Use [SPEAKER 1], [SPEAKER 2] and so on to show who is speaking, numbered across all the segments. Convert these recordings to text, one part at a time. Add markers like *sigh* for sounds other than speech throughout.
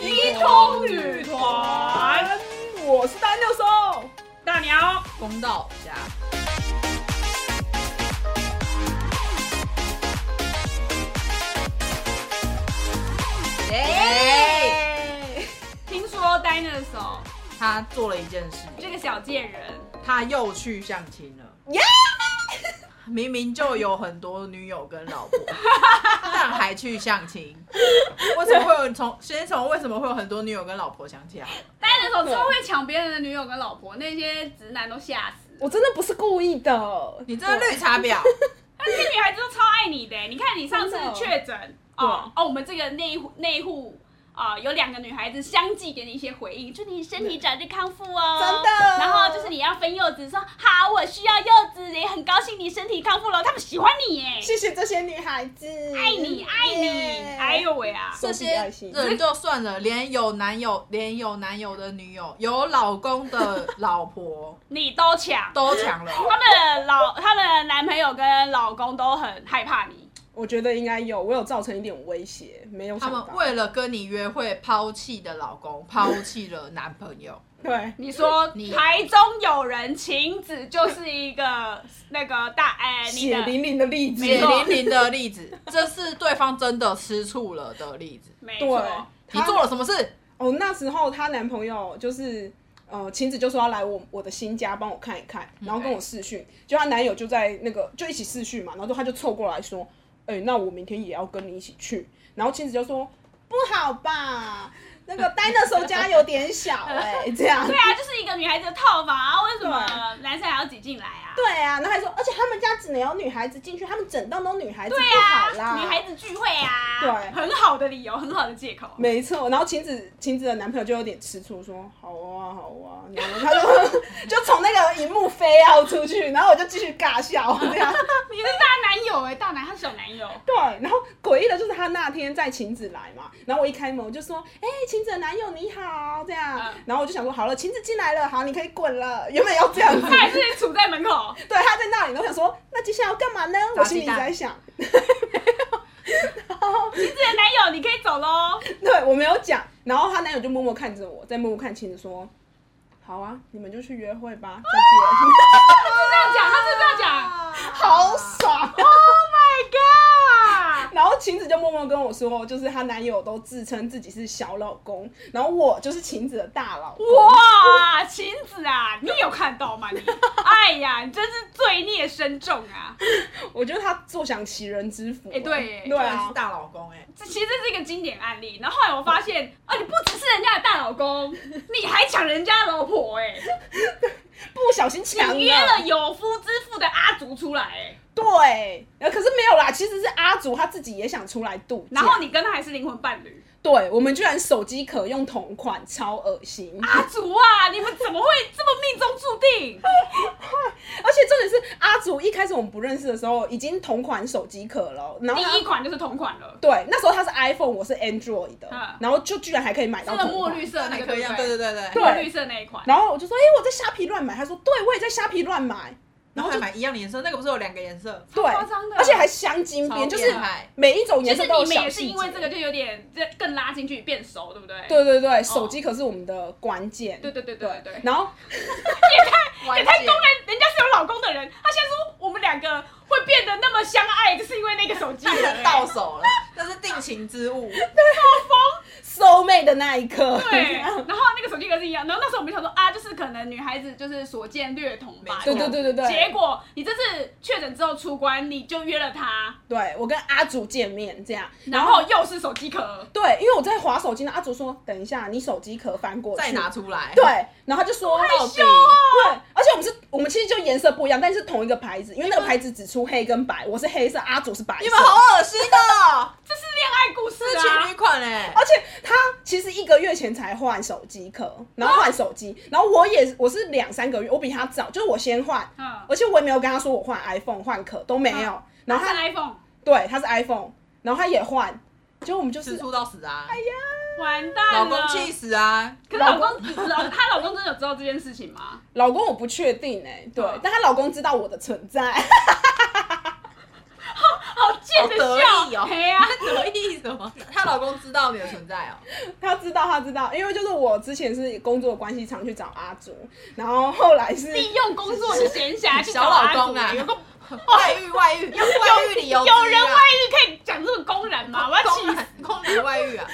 [SPEAKER 1] 星空女团，
[SPEAKER 2] 我是单六松，
[SPEAKER 1] 大鸟。
[SPEAKER 3] 公道侠，哎，
[SPEAKER 1] 听说 Dinosaur
[SPEAKER 3] 他做了一件事，
[SPEAKER 1] 这个小贱人，
[SPEAKER 3] 他又去相亲了。耶！明明就有很多女友跟老婆， *laughs* 但还去相亲，为什么会有从先从为什么会有很多女友跟老婆啊想起来？
[SPEAKER 1] Dinosaur 超会抢别人的女友跟老婆，那些直男都吓死。
[SPEAKER 2] 我真的不是故意的。
[SPEAKER 3] 你这个绿茶婊！
[SPEAKER 1] 但是女孩子都超爱你的欸，你看你上次
[SPEAKER 2] 真的哦
[SPEAKER 1] 确诊哦哦，我们这个内户内户啊，有两个女孩子相继给你一些回应，祝你身体早日康复哦，
[SPEAKER 2] 真的
[SPEAKER 1] 然后就是你要分柚子，说好，我需要柚子，也很高兴你身体康复了，他们喜欢你耶，
[SPEAKER 2] 谢谢这些女孩子，爱
[SPEAKER 1] 爱你爱你，哎呦喂啊！
[SPEAKER 2] 是
[SPEAKER 3] 这些
[SPEAKER 2] *laughs*
[SPEAKER 3] 人就算了，连有男友、连有男友的女友、有老公的老婆
[SPEAKER 1] 你都抢，
[SPEAKER 3] 都抢了。
[SPEAKER 1] 他们的老他们的男朋友跟老公都很害怕你，
[SPEAKER 2] 我觉得应该有，我有造成一点威胁，没有
[SPEAKER 3] 他
[SPEAKER 2] 想到
[SPEAKER 3] 们为了跟你约会，抛弃的老公，抛弃了男朋友。
[SPEAKER 2] 对
[SPEAKER 1] 你说
[SPEAKER 3] 你
[SPEAKER 1] 台中有人晴子就是一个那个大哎、你
[SPEAKER 2] 血
[SPEAKER 1] 的
[SPEAKER 2] 淋淋的例子，
[SPEAKER 1] 没
[SPEAKER 3] 血
[SPEAKER 1] 错
[SPEAKER 3] 淋淋的例子，这是对方真的吃醋了的例子。
[SPEAKER 1] 没
[SPEAKER 2] 对
[SPEAKER 1] 错，，
[SPEAKER 3] 你
[SPEAKER 2] 她
[SPEAKER 3] 做了什么事？
[SPEAKER 2] 哦，那时候她男朋友就是呃，晴子就说要来我我的新家帮我看一看，
[SPEAKER 1] 嗯
[SPEAKER 2] 然后跟我视讯，就她男友就在那个就一起视讯嘛，然后她就凑过来说，哎、那我明天也要跟你一起去，然后晴子就说不好吧，那个丹的手家有点小哎、
[SPEAKER 1] *laughs*
[SPEAKER 2] 这样。
[SPEAKER 1] 对啊，就是一个女孩子的套房啊，为什么男生还要挤进来啊？
[SPEAKER 2] 对啊，然后还说，而且他们家只能有女孩子进去，他们整栋都女孩子，
[SPEAKER 1] 对
[SPEAKER 2] 不好啦。
[SPEAKER 1] 啊，女孩子聚会啊，
[SPEAKER 2] 对
[SPEAKER 1] 很好的理由，很好的借口。
[SPEAKER 2] 没错，然后晴子晴子的男朋友就有点吃醋，说好啊好啊，然后他就就从那个荧幕飞要出去，然后我就继续尬笑这样。
[SPEAKER 1] 你是大男友哎、大男他是小
[SPEAKER 2] *laughs*
[SPEAKER 1] 男友，
[SPEAKER 2] 对，然后诡异的就是他那天在晴子来嘛，然后我一开门我就说，哎、晴子的男友你好这样，
[SPEAKER 1] 嗯
[SPEAKER 2] 然后我就想说好了，晴子进来了，好你可以滚了，原本要这样子，
[SPEAKER 1] 他还是杵在门
[SPEAKER 2] *laughs*
[SPEAKER 1] 口，
[SPEAKER 2] 对，他在那里，然后我想说哎那接下来要干嘛呢？
[SPEAKER 3] 打
[SPEAKER 2] 我心
[SPEAKER 3] 鸡
[SPEAKER 2] 里
[SPEAKER 3] 蛋
[SPEAKER 2] 在想，
[SPEAKER 1] 你自己的男友你可以走喽。
[SPEAKER 2] 对啊我没有讲，然后她男友就默默看着我，在默默看晴子说， *laughs* 好啊，你们就去约会吧，再见。
[SPEAKER 1] 这样讲，他是这样讲。
[SPEAKER 2] Oh
[SPEAKER 1] *laughs*
[SPEAKER 2] 好爽！
[SPEAKER 1] Oh my god！
[SPEAKER 2] 然后晴子就默默跟我说，就是她男友都自称自己是小老公，然后我就是晴子的大老公。
[SPEAKER 1] 哇，晴子啊，你有看到吗？你，
[SPEAKER 2] *laughs*
[SPEAKER 1] 哎呀，你真是罪孽深重啊！
[SPEAKER 2] 我觉得她坐享其人之福。
[SPEAKER 1] 哎对耶
[SPEAKER 2] 对
[SPEAKER 3] 居然
[SPEAKER 2] 啊
[SPEAKER 3] 是，大老公哎、
[SPEAKER 1] 这其实这是一个经典案例。然后后来我发现，啊，你不只是人家的大老公，你还抢人家的老婆、
[SPEAKER 2] *laughs* 不小心抢
[SPEAKER 1] 哎，你约了。有夫之妇的阿竹出来、哎，
[SPEAKER 2] 对，呃，可是没有啦，其实是阿祖他自己也想出来度假。
[SPEAKER 1] 然后你跟他还是灵魂伴侣。
[SPEAKER 2] 对我们居然手机壳用同款，超恶心。
[SPEAKER 1] 阿竹啊，你们怎么会这么命中注定？
[SPEAKER 2] *laughs* 而且重点是阿祖一开始我们不认识的时候，已经同款手机壳了，然后他
[SPEAKER 1] 第一款就是同款了，
[SPEAKER 2] 对，那时候他是 iPhone，我是 Android 的，
[SPEAKER 1] 嗯
[SPEAKER 2] 然后就居然还可以买到
[SPEAKER 1] 那个
[SPEAKER 2] 同
[SPEAKER 1] 墨
[SPEAKER 2] 款。
[SPEAKER 1] 绿色那个
[SPEAKER 3] 可以啊，
[SPEAKER 1] 对
[SPEAKER 3] 对
[SPEAKER 1] 不
[SPEAKER 3] 对对对，
[SPEAKER 2] 对
[SPEAKER 1] 墨绿色那一款。
[SPEAKER 2] 然后我就说，哎、我在虾皮乱买。他说，对，我也在虾皮乱买。
[SPEAKER 3] 然后还买一样的颜色，那个不是有两个颜色？
[SPEAKER 2] 对，
[SPEAKER 1] 夸张的
[SPEAKER 2] 而且还镶金边，
[SPEAKER 3] 超
[SPEAKER 2] 就
[SPEAKER 3] 变
[SPEAKER 2] 是
[SPEAKER 3] 态
[SPEAKER 2] 每一种
[SPEAKER 1] 其
[SPEAKER 2] 颜
[SPEAKER 1] 实
[SPEAKER 2] 色
[SPEAKER 1] 你
[SPEAKER 2] 都有
[SPEAKER 1] 们
[SPEAKER 2] 小
[SPEAKER 1] 也是
[SPEAKER 2] 细
[SPEAKER 1] 因为
[SPEAKER 2] 节。
[SPEAKER 1] 这个就有点这更拉进去变熟，对不对？
[SPEAKER 2] 对对对，手机可是我们的关键。
[SPEAKER 1] 对对对对对
[SPEAKER 2] 然后
[SPEAKER 1] 也太公然，人家是有老公的人，他现在说我们两个会变得那么相爱，就是因为那个手机
[SPEAKER 3] 那
[SPEAKER 1] 人
[SPEAKER 2] *laughs*
[SPEAKER 3] 是到手了，那是定情之 *laughs* 物。
[SPEAKER 2] soul mate 的那一刻，
[SPEAKER 1] 对，然后那个手机壳是一样，然后那时候我们想说啊，就是可能女孩子就是所见略同吧。
[SPEAKER 3] 没
[SPEAKER 2] 对
[SPEAKER 3] 错
[SPEAKER 2] 对对对对，
[SPEAKER 1] 结果你这次确诊之后出关，你就约了他，
[SPEAKER 2] 对我跟阿祖见面这样，
[SPEAKER 1] 然后又是手机壳，
[SPEAKER 2] 对，因为我在划手机呢，阿祖说等一下，你手机壳翻过去，
[SPEAKER 3] 再拿出来。
[SPEAKER 2] 对，然后他就说到底，
[SPEAKER 1] 羞哦
[SPEAKER 2] 对，而且我们是，我们其实就颜色不一样，但是同一个牌子，因为那个牌子只出黑跟白，我是黑色，阿祖是白色。
[SPEAKER 3] 你们好恶心哦，
[SPEAKER 1] 这是恋爱故事
[SPEAKER 3] 这是情
[SPEAKER 1] 啊
[SPEAKER 3] 侣！款哎、
[SPEAKER 2] 而且他其实一个月前才换手机壳，然后换手机，然后我也我是两三个月，我比他早，就是我先换，
[SPEAKER 1] 嗯，
[SPEAKER 2] 而且我也没有跟他说我换 iPhone 换壳都没有
[SPEAKER 1] 嗯，
[SPEAKER 2] 然后
[SPEAKER 1] 他
[SPEAKER 2] 啊他
[SPEAKER 1] 是 iPhone，
[SPEAKER 2] 对他是 iPhone，然后他也换，结果我们就
[SPEAKER 3] 吃
[SPEAKER 2] 是
[SPEAKER 3] 醋到死啊！
[SPEAKER 1] 完蛋
[SPEAKER 3] 老
[SPEAKER 1] 了。
[SPEAKER 3] 公气死啊！
[SPEAKER 1] 可是老公老她老公真的有知道这件事情吗？
[SPEAKER 2] 老公我不确定哎、对
[SPEAKER 1] 嗯，
[SPEAKER 2] 但她老公知道我的存在，
[SPEAKER 1] 好贱的
[SPEAKER 3] 好得意
[SPEAKER 1] 笑，
[SPEAKER 3] 哦
[SPEAKER 1] 嘿呀，
[SPEAKER 3] 得意什么？她老公知道你的存在
[SPEAKER 1] *laughs*
[SPEAKER 3] 哦。
[SPEAKER 2] 他知道，他知道，因为就是我之前是工作的关系常去找阿竹，然后后来
[SPEAKER 1] *laughs*
[SPEAKER 2] 是
[SPEAKER 1] 利用工作的闲暇去
[SPEAKER 3] 小老公啊
[SPEAKER 1] 啊，有个
[SPEAKER 3] 外遇，外遇，用外遇理由之一啊
[SPEAKER 1] 有人外遇可以讲这个公然吗？我要气
[SPEAKER 3] 公啊
[SPEAKER 1] 死！
[SPEAKER 3] 然公然外遇啊！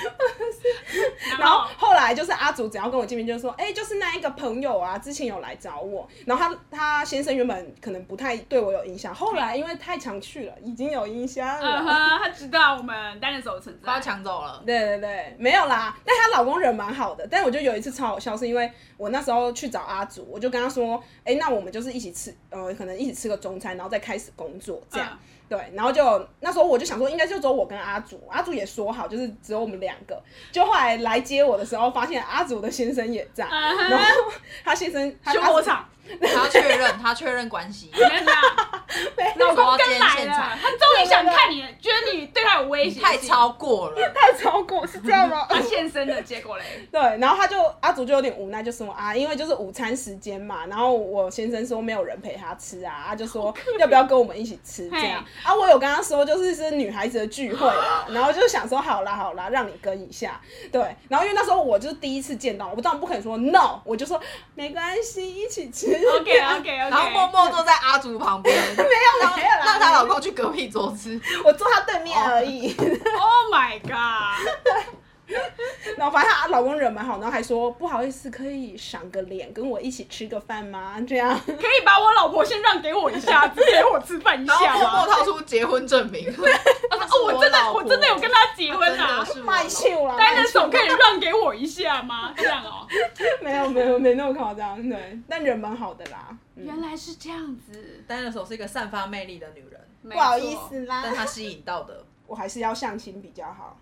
[SPEAKER 2] 然后后来就是阿祖只要跟我见面，就说，哎、就是那一个朋友啊，之前有来找我，然后他他先生原本可能不太对我有影响，后来因为太常去了，已经有影响
[SPEAKER 1] *laughs* 嗯
[SPEAKER 2] 了。
[SPEAKER 1] 哼，他知道我们单人手的存
[SPEAKER 3] 把
[SPEAKER 1] 在
[SPEAKER 3] 他。抢走了。
[SPEAKER 2] 对对对，没有啦。但她老公人蛮好的，但我就有一次超好笑，是因为我那时候去找阿祖，我就跟他说，哎、那我们就是一起吃，呃，可能一起吃个中餐，然后再开始工作这样。对，然后就那时候我就想说，应该就只有我跟阿祖，阿祖也说好，就是只有我们两个。就后来来接我的时候，发现阿祖的先生也在，
[SPEAKER 1] 嗯哼
[SPEAKER 2] 然后
[SPEAKER 1] *laughs*
[SPEAKER 2] 他先生他
[SPEAKER 1] 嗯，修
[SPEAKER 2] 阿祖
[SPEAKER 1] 火场，
[SPEAKER 3] 他确认，他确认关系。
[SPEAKER 1] 你看这样，
[SPEAKER 3] *laughs*
[SPEAKER 1] 老公跟来
[SPEAKER 3] 抓奸现
[SPEAKER 1] 了
[SPEAKER 3] 场，
[SPEAKER 1] 他终于想看你了，觉得你对他有威胁，
[SPEAKER 3] 太。超过
[SPEAKER 1] *laughs*
[SPEAKER 3] 了，
[SPEAKER 2] 太超过是这样吗？
[SPEAKER 1] 他现身了，结果嘞，
[SPEAKER 2] 对，然后他就阿祖就有点无奈，就说啊，因为就是午餐时间嘛，然后我先生说没有人陪他吃啊，他就说要不要跟我们一起吃这样啊，我有跟他说就是是女孩子的聚会啊，然后就想说好啦好啦，让你跟一下，对，然后因为那时候我就是第一次见到，我当然不可能说 no，我就说没关系，一起吃
[SPEAKER 1] OK OK 啊 OK，
[SPEAKER 3] 然后默默坐在阿竹旁边，没有
[SPEAKER 2] 没有啦
[SPEAKER 3] 让她老公去隔壁桌吃。
[SPEAKER 2] 我坐他对面而已。
[SPEAKER 1] ，Oh my God，
[SPEAKER 2] 然后反正她老公人蛮好，然后还说不好意思，可以赏个脸跟我一起吃个饭吗？这样，
[SPEAKER 1] 可以把我老婆先让给我一
[SPEAKER 3] *laughs*
[SPEAKER 1] 下，只给我吃饭一
[SPEAKER 3] 然后
[SPEAKER 1] 下
[SPEAKER 3] 默默
[SPEAKER 1] 吗？
[SPEAKER 3] 掏出结婚证明，
[SPEAKER 1] 他啊说哦，我真的，我真的有跟他结婚啊
[SPEAKER 3] 真的。是我老
[SPEAKER 2] 卖秀啦，
[SPEAKER 1] 单
[SPEAKER 2] 卖
[SPEAKER 1] 人
[SPEAKER 2] 秀
[SPEAKER 1] 手可以让给我一下 *laughs* 吗？这样哦，
[SPEAKER 2] *laughs* 没有没有没那么夸张，对，但人蛮好的啦。嗯
[SPEAKER 1] 原来是这样子，
[SPEAKER 3] 单人手是一个散发魅力的女人，
[SPEAKER 1] 不
[SPEAKER 2] 不好意思
[SPEAKER 3] 但
[SPEAKER 2] 啦，
[SPEAKER 3] 她吸引到的
[SPEAKER 2] 我还是要相亲比较
[SPEAKER 1] *laughs*
[SPEAKER 2] 好，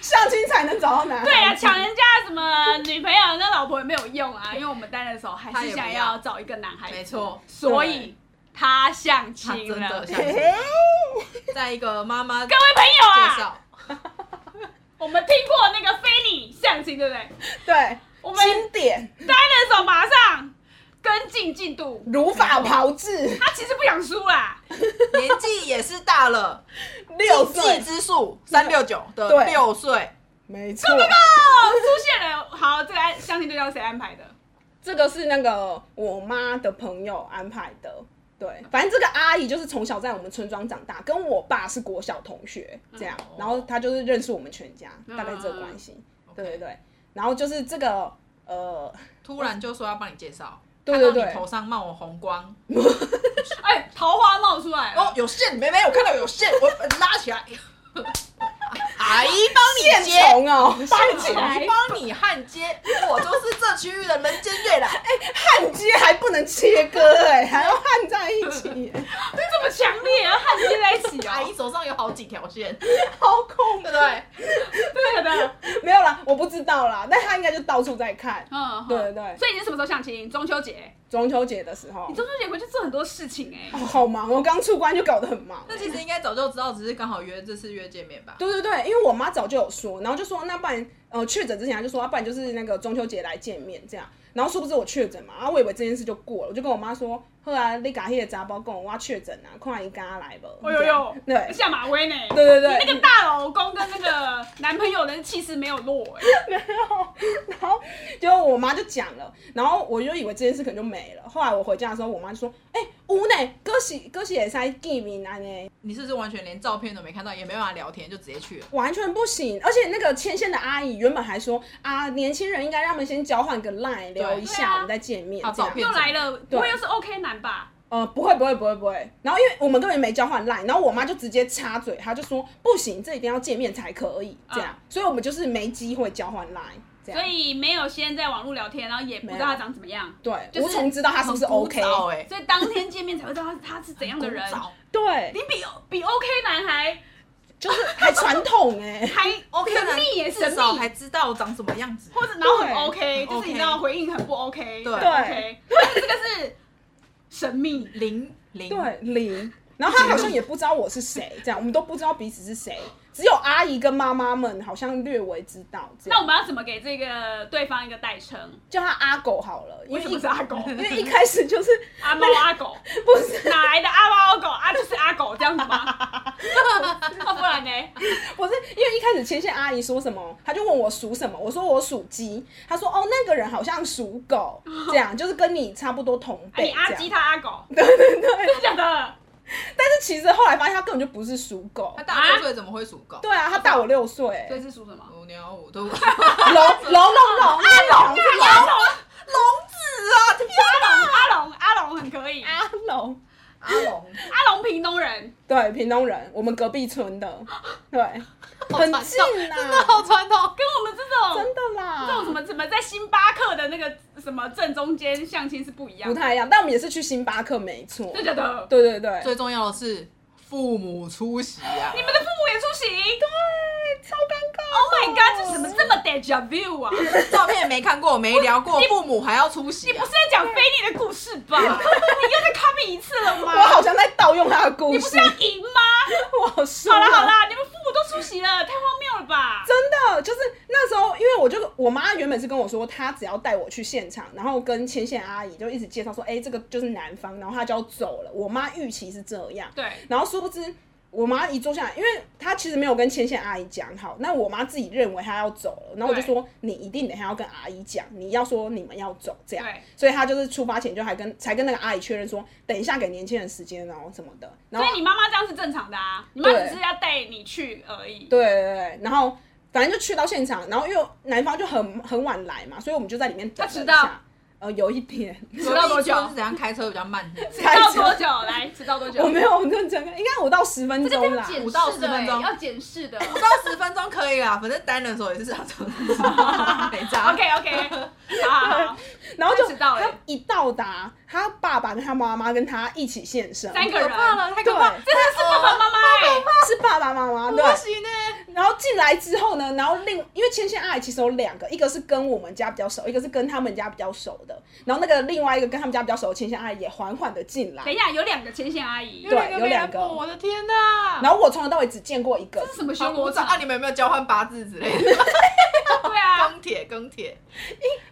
[SPEAKER 2] 相亲才能找到男孩子。
[SPEAKER 1] 对啊，抢人家什么女朋友、那老婆也没有用啊，因为我们单人手还是想要找一个男孩子，
[SPEAKER 3] 没错
[SPEAKER 1] 所以他相
[SPEAKER 3] 她
[SPEAKER 1] 亲
[SPEAKER 3] 真的
[SPEAKER 1] 了。
[SPEAKER 3] 相
[SPEAKER 2] 嘿
[SPEAKER 3] 信
[SPEAKER 2] 嘿。
[SPEAKER 3] 在一个妈妈
[SPEAKER 1] 各
[SPEAKER 3] 介
[SPEAKER 1] 位朋友啊，
[SPEAKER 3] 绍，
[SPEAKER 1] 我们听过那个菲尼相亲，对不对？
[SPEAKER 2] 对，
[SPEAKER 1] 我们
[SPEAKER 2] 经典
[SPEAKER 1] 单人手马上跟进进度，
[SPEAKER 2] 如法炮制，
[SPEAKER 1] 他其实不想输啦，
[SPEAKER 3] 年纪也是大 *laughs* 了，
[SPEAKER 2] 六
[SPEAKER 3] 经
[SPEAKER 2] 岁
[SPEAKER 3] 济，之数三六九的
[SPEAKER 2] 对
[SPEAKER 3] 六岁，
[SPEAKER 2] 没错。
[SPEAKER 1] 哦，出现了。好，这个安相亲对象谁安排的？
[SPEAKER 2] 这个是那个我妈的朋友安排的。对，反正这个阿姨就是从小在我们村庄长大，跟我爸是国小同学这样，
[SPEAKER 3] 哦
[SPEAKER 2] 然后她就是认识我们全家，大概这个关系。对对对，然后就是这个呃，
[SPEAKER 3] 突然就说要帮你介绍，
[SPEAKER 2] 对
[SPEAKER 3] 看
[SPEAKER 2] 对
[SPEAKER 3] 到
[SPEAKER 2] 对
[SPEAKER 3] 你头上冒红光，
[SPEAKER 1] 哎、桃花冒出来了。
[SPEAKER 3] 哦，有线，妹妹，我看到有线， *laughs* 我呃拉起来。阿姨帮
[SPEAKER 2] 现
[SPEAKER 3] 你接，
[SPEAKER 2] 虫哦，
[SPEAKER 1] 现
[SPEAKER 2] 现
[SPEAKER 1] 虫
[SPEAKER 2] 虫
[SPEAKER 1] 来
[SPEAKER 3] 阿姨帮你焊接，我就是这区域的人间月老。
[SPEAKER 2] 焊接还不能切割哎、还要焊在一起、
[SPEAKER 1] 这么强烈，然后焊接在一起
[SPEAKER 3] 阿姨
[SPEAKER 1] 哦。
[SPEAKER 3] 手上有好几条线，对
[SPEAKER 2] 好恐
[SPEAKER 3] 不对？
[SPEAKER 1] 对的，
[SPEAKER 2] 没有啦，我不知道啦，但她应该就到处在看。
[SPEAKER 1] 嗯，
[SPEAKER 2] 对对对
[SPEAKER 1] 所以你是什么时候相亲？中秋节，
[SPEAKER 2] 中秋节的时候
[SPEAKER 1] 你，中秋节回去做很多事情
[SPEAKER 2] *laughs*
[SPEAKER 1] 哎、
[SPEAKER 2] 哦好忙哦，刚出关就搞得很忙。
[SPEAKER 3] 那其实应该早就知道，只是刚好约这次约见面吧。
[SPEAKER 2] 对对对，因为我妈早就有说，然后就说那不然呃确诊之前她就说，啊不然就是那个中秋节来见面这样。然后殊不知我确诊嘛，啊我以为这件事就过了，我就跟我妈说，后来你把那个杂包跟我妈确诊啊，快点跟她来吧。
[SPEAKER 1] 哦呦呦，
[SPEAKER 2] 这样对
[SPEAKER 1] 下马威呢？
[SPEAKER 2] 对对对
[SPEAKER 1] 你那个大老公跟那个男朋友的气势没有落哎、
[SPEAKER 2] 然后结果我妈就讲了，然后我就以为这件事可能就没了。后来我回家的时候，我妈就说：“哎、有呢，哥喜哥喜也塞见面啊呢，
[SPEAKER 3] 你是不是完全连照片都没看到，也没办法聊天，就直接去了？
[SPEAKER 2] 完全不行。”而且那个牵线的阿姨原本还说：“啊，年轻人应该让他们先交换个 line 聊一
[SPEAKER 1] 对啊
[SPEAKER 2] 下，我们再见面。”
[SPEAKER 3] 啊
[SPEAKER 2] 这样
[SPEAKER 3] 照片
[SPEAKER 1] 又来了，不会又是 OK 男吧？
[SPEAKER 2] 呃，不会不会不会不会。然后因为我们根本没交换 line，然后我妈就直接插嘴，她就说：“不行，这一定要见面才可以。”这样，所以我们就是没机会交换 line。这样，
[SPEAKER 1] 啊所以没有先在网络聊天，然后也不知道他长怎么样，
[SPEAKER 2] 对，
[SPEAKER 1] 就是
[SPEAKER 2] 无从知道她是不是
[SPEAKER 3] 很古
[SPEAKER 2] OK。
[SPEAKER 3] 早哎，
[SPEAKER 1] 所以当天见面才会知道他他是怎样的人
[SPEAKER 3] *laughs* 很。古早
[SPEAKER 2] 对
[SPEAKER 1] 你，比比 OK 男还
[SPEAKER 2] 就是还传统哎、
[SPEAKER 1] *laughs* 还
[SPEAKER 3] OK
[SPEAKER 1] 神
[SPEAKER 3] 男
[SPEAKER 1] 秘耶，神
[SPEAKER 3] 至少
[SPEAKER 1] 秘
[SPEAKER 3] 还，知道我长什么样子。
[SPEAKER 1] 或者然后很
[SPEAKER 2] 对
[SPEAKER 1] OK，就是你知道回应很不 OK，
[SPEAKER 3] 对
[SPEAKER 1] 很 OK，但是这个是神秘。
[SPEAKER 3] 零零，
[SPEAKER 2] 对零，然后他好像也不知道我是谁，这样我们都不知道彼此是谁，只有阿姨跟妈妈们好像略微知道，这
[SPEAKER 1] 那
[SPEAKER 2] 样
[SPEAKER 1] 我们要怎么给这个对方一个代称？
[SPEAKER 2] 叫他阿狗好了，因
[SPEAKER 1] 为
[SPEAKER 2] 为
[SPEAKER 1] 什么
[SPEAKER 2] 一
[SPEAKER 1] 是阿
[SPEAKER 2] *laughs*
[SPEAKER 1] 狗？
[SPEAKER 2] 因为一开始就是
[SPEAKER 1] 阿猫阿狗，
[SPEAKER 2] 不是 *laughs*
[SPEAKER 1] 哪来的阿猫阿狗啊？就是阿狗这样子吗？
[SPEAKER 2] 开始牵线阿姨说什么，她就问我属什么，我说我属鸡，她说哦那个人好像属狗，这样就是跟你差不多同
[SPEAKER 1] 啊
[SPEAKER 2] 辈
[SPEAKER 1] 你
[SPEAKER 2] 这样。
[SPEAKER 1] 阿鸡
[SPEAKER 2] *laughs*
[SPEAKER 1] 他阿狗，
[SPEAKER 2] 对对
[SPEAKER 1] 真
[SPEAKER 2] 对，
[SPEAKER 1] 的假的？
[SPEAKER 2] 但是其实后来发现他根本就不是属狗
[SPEAKER 3] 他，大六岁怎么会属狗？
[SPEAKER 2] 对啊，他大我六岁、
[SPEAKER 1] 所以是属什么？
[SPEAKER 3] 五牛五兔，龙子
[SPEAKER 2] 龙龙龙龙啊阿龙
[SPEAKER 1] 阿啊龙，
[SPEAKER 3] 啊！天
[SPEAKER 1] 阿龙，阿龙很可以。
[SPEAKER 2] 阿龙，
[SPEAKER 3] 阿龙，
[SPEAKER 1] 阿龙屏东人，
[SPEAKER 2] 对，屏东人，我们隔壁村的，对，
[SPEAKER 1] *laughs*
[SPEAKER 2] 很
[SPEAKER 3] 传
[SPEAKER 2] 近
[SPEAKER 3] 统
[SPEAKER 1] 哦
[SPEAKER 2] 呐、
[SPEAKER 3] 真的好传统。
[SPEAKER 1] 跟我们这种
[SPEAKER 2] 真的啦，
[SPEAKER 1] 这种什么什么在星巴克的那个什么正中间相亲是不一样
[SPEAKER 2] 不
[SPEAKER 1] 的，
[SPEAKER 2] 太一样，但我们也是去星巴克，没错，
[SPEAKER 1] 真的假的？
[SPEAKER 2] 对对对，
[SPEAKER 3] 最重要的是父母出席啊！
[SPEAKER 1] 你们的父母也出席？对
[SPEAKER 2] 超尴尬
[SPEAKER 1] ，Oh my god，这怎么这么 deja vu 啊？
[SPEAKER 2] *laughs*
[SPEAKER 1] 你
[SPEAKER 3] 照片没看过，没聊过，父母还要出席、啊
[SPEAKER 1] 不是？在讲菲利的故事吧？ *laughs* 你又在 copy 一次了
[SPEAKER 2] *laughs* 我好
[SPEAKER 1] 吗？
[SPEAKER 2] 像在盗用他的故
[SPEAKER 1] 你不
[SPEAKER 2] 事
[SPEAKER 1] 是，要赢
[SPEAKER 2] *laughs*
[SPEAKER 1] 吗？
[SPEAKER 2] 我好说
[SPEAKER 1] 好啊啦好啦，你们父母都出席了，太荒谬了吧？
[SPEAKER 2] 真的就是那时候，因为我就我妈原本是跟我说，她只要带我去现场，然后跟牵线阿姨就一直介绍说，哎、这个就是男方，然后她就要走了。我妈预期是这样，
[SPEAKER 1] 对，
[SPEAKER 2] 然后殊不知我妈一坐下来，因为她其实没有跟牵线阿姨讲好，那我妈自己认为她要走了，然后我就说你一定等一下要跟阿姨讲，你要说你们要走这样
[SPEAKER 1] 对，
[SPEAKER 2] 所以她就是出发前就还跟才跟那个阿姨确认说，等一下给年轻人时间哦什么的，然
[SPEAKER 1] 所
[SPEAKER 2] 后
[SPEAKER 1] 以你妈妈这样是正常的啊，你妈
[SPEAKER 2] 对
[SPEAKER 1] 只是要带你去呃而已。
[SPEAKER 2] 对对对，然后反正就去到现场，然后因为男方就很很晚来嘛，所以我们就在里面等了
[SPEAKER 1] 他迟
[SPEAKER 2] 一
[SPEAKER 1] 到
[SPEAKER 2] 下，呃，有一
[SPEAKER 1] *laughs*
[SPEAKER 2] 点， *laughs*
[SPEAKER 1] 迟到多久
[SPEAKER 3] 是怎样开车比较慢？
[SPEAKER 1] 迟到多久？来，迟到多久？
[SPEAKER 2] *laughs* 我没有认真看，应该五到十分
[SPEAKER 1] 这
[SPEAKER 2] 钟
[SPEAKER 1] 要
[SPEAKER 2] 啦。
[SPEAKER 1] 检视的
[SPEAKER 3] 五到十分钟
[SPEAKER 1] 欸要检视
[SPEAKER 2] *laughs*
[SPEAKER 1] 的。
[SPEAKER 3] 不到十分钟可以啦，反正单人的时候也是这样子， *laughs* 没差。
[SPEAKER 1] OK
[SPEAKER 2] *laughs*
[SPEAKER 1] OK，好好好，
[SPEAKER 2] 然后就
[SPEAKER 1] 迟到了
[SPEAKER 2] 他一到达，他爸爸跟他妈妈跟他一起现身，
[SPEAKER 1] 三个
[SPEAKER 3] 可
[SPEAKER 1] 人，
[SPEAKER 3] 怕了，太可怕！
[SPEAKER 2] 对
[SPEAKER 1] 真的是爸爸妈妈哎，
[SPEAKER 2] 是爸爸妈妈对
[SPEAKER 3] 不。行呢、欸
[SPEAKER 2] 然后进来之后呢，然后另因为牵线阿姨其实有两个，一个是跟我们家比较熟，一个是跟他们家比较熟的。然后那个另外一个跟他们家比较熟的牵线阿姨也缓缓的进来
[SPEAKER 1] 等。一下，有两个牵线阿姨，
[SPEAKER 2] 对有两
[SPEAKER 3] 个
[SPEAKER 2] 个
[SPEAKER 3] 没来过，我的天哪、
[SPEAKER 2] 然后我从头到尾只见过一个
[SPEAKER 1] 这，是什么
[SPEAKER 3] 好
[SPEAKER 1] 修
[SPEAKER 3] 我
[SPEAKER 1] 罗
[SPEAKER 3] 知道
[SPEAKER 1] 场
[SPEAKER 3] 啊，？你们有没有交换八字之类的？
[SPEAKER 1] 对
[SPEAKER 3] *laughs*
[SPEAKER 1] 啊，
[SPEAKER 2] *laughs*
[SPEAKER 3] 钢铁，钢铁，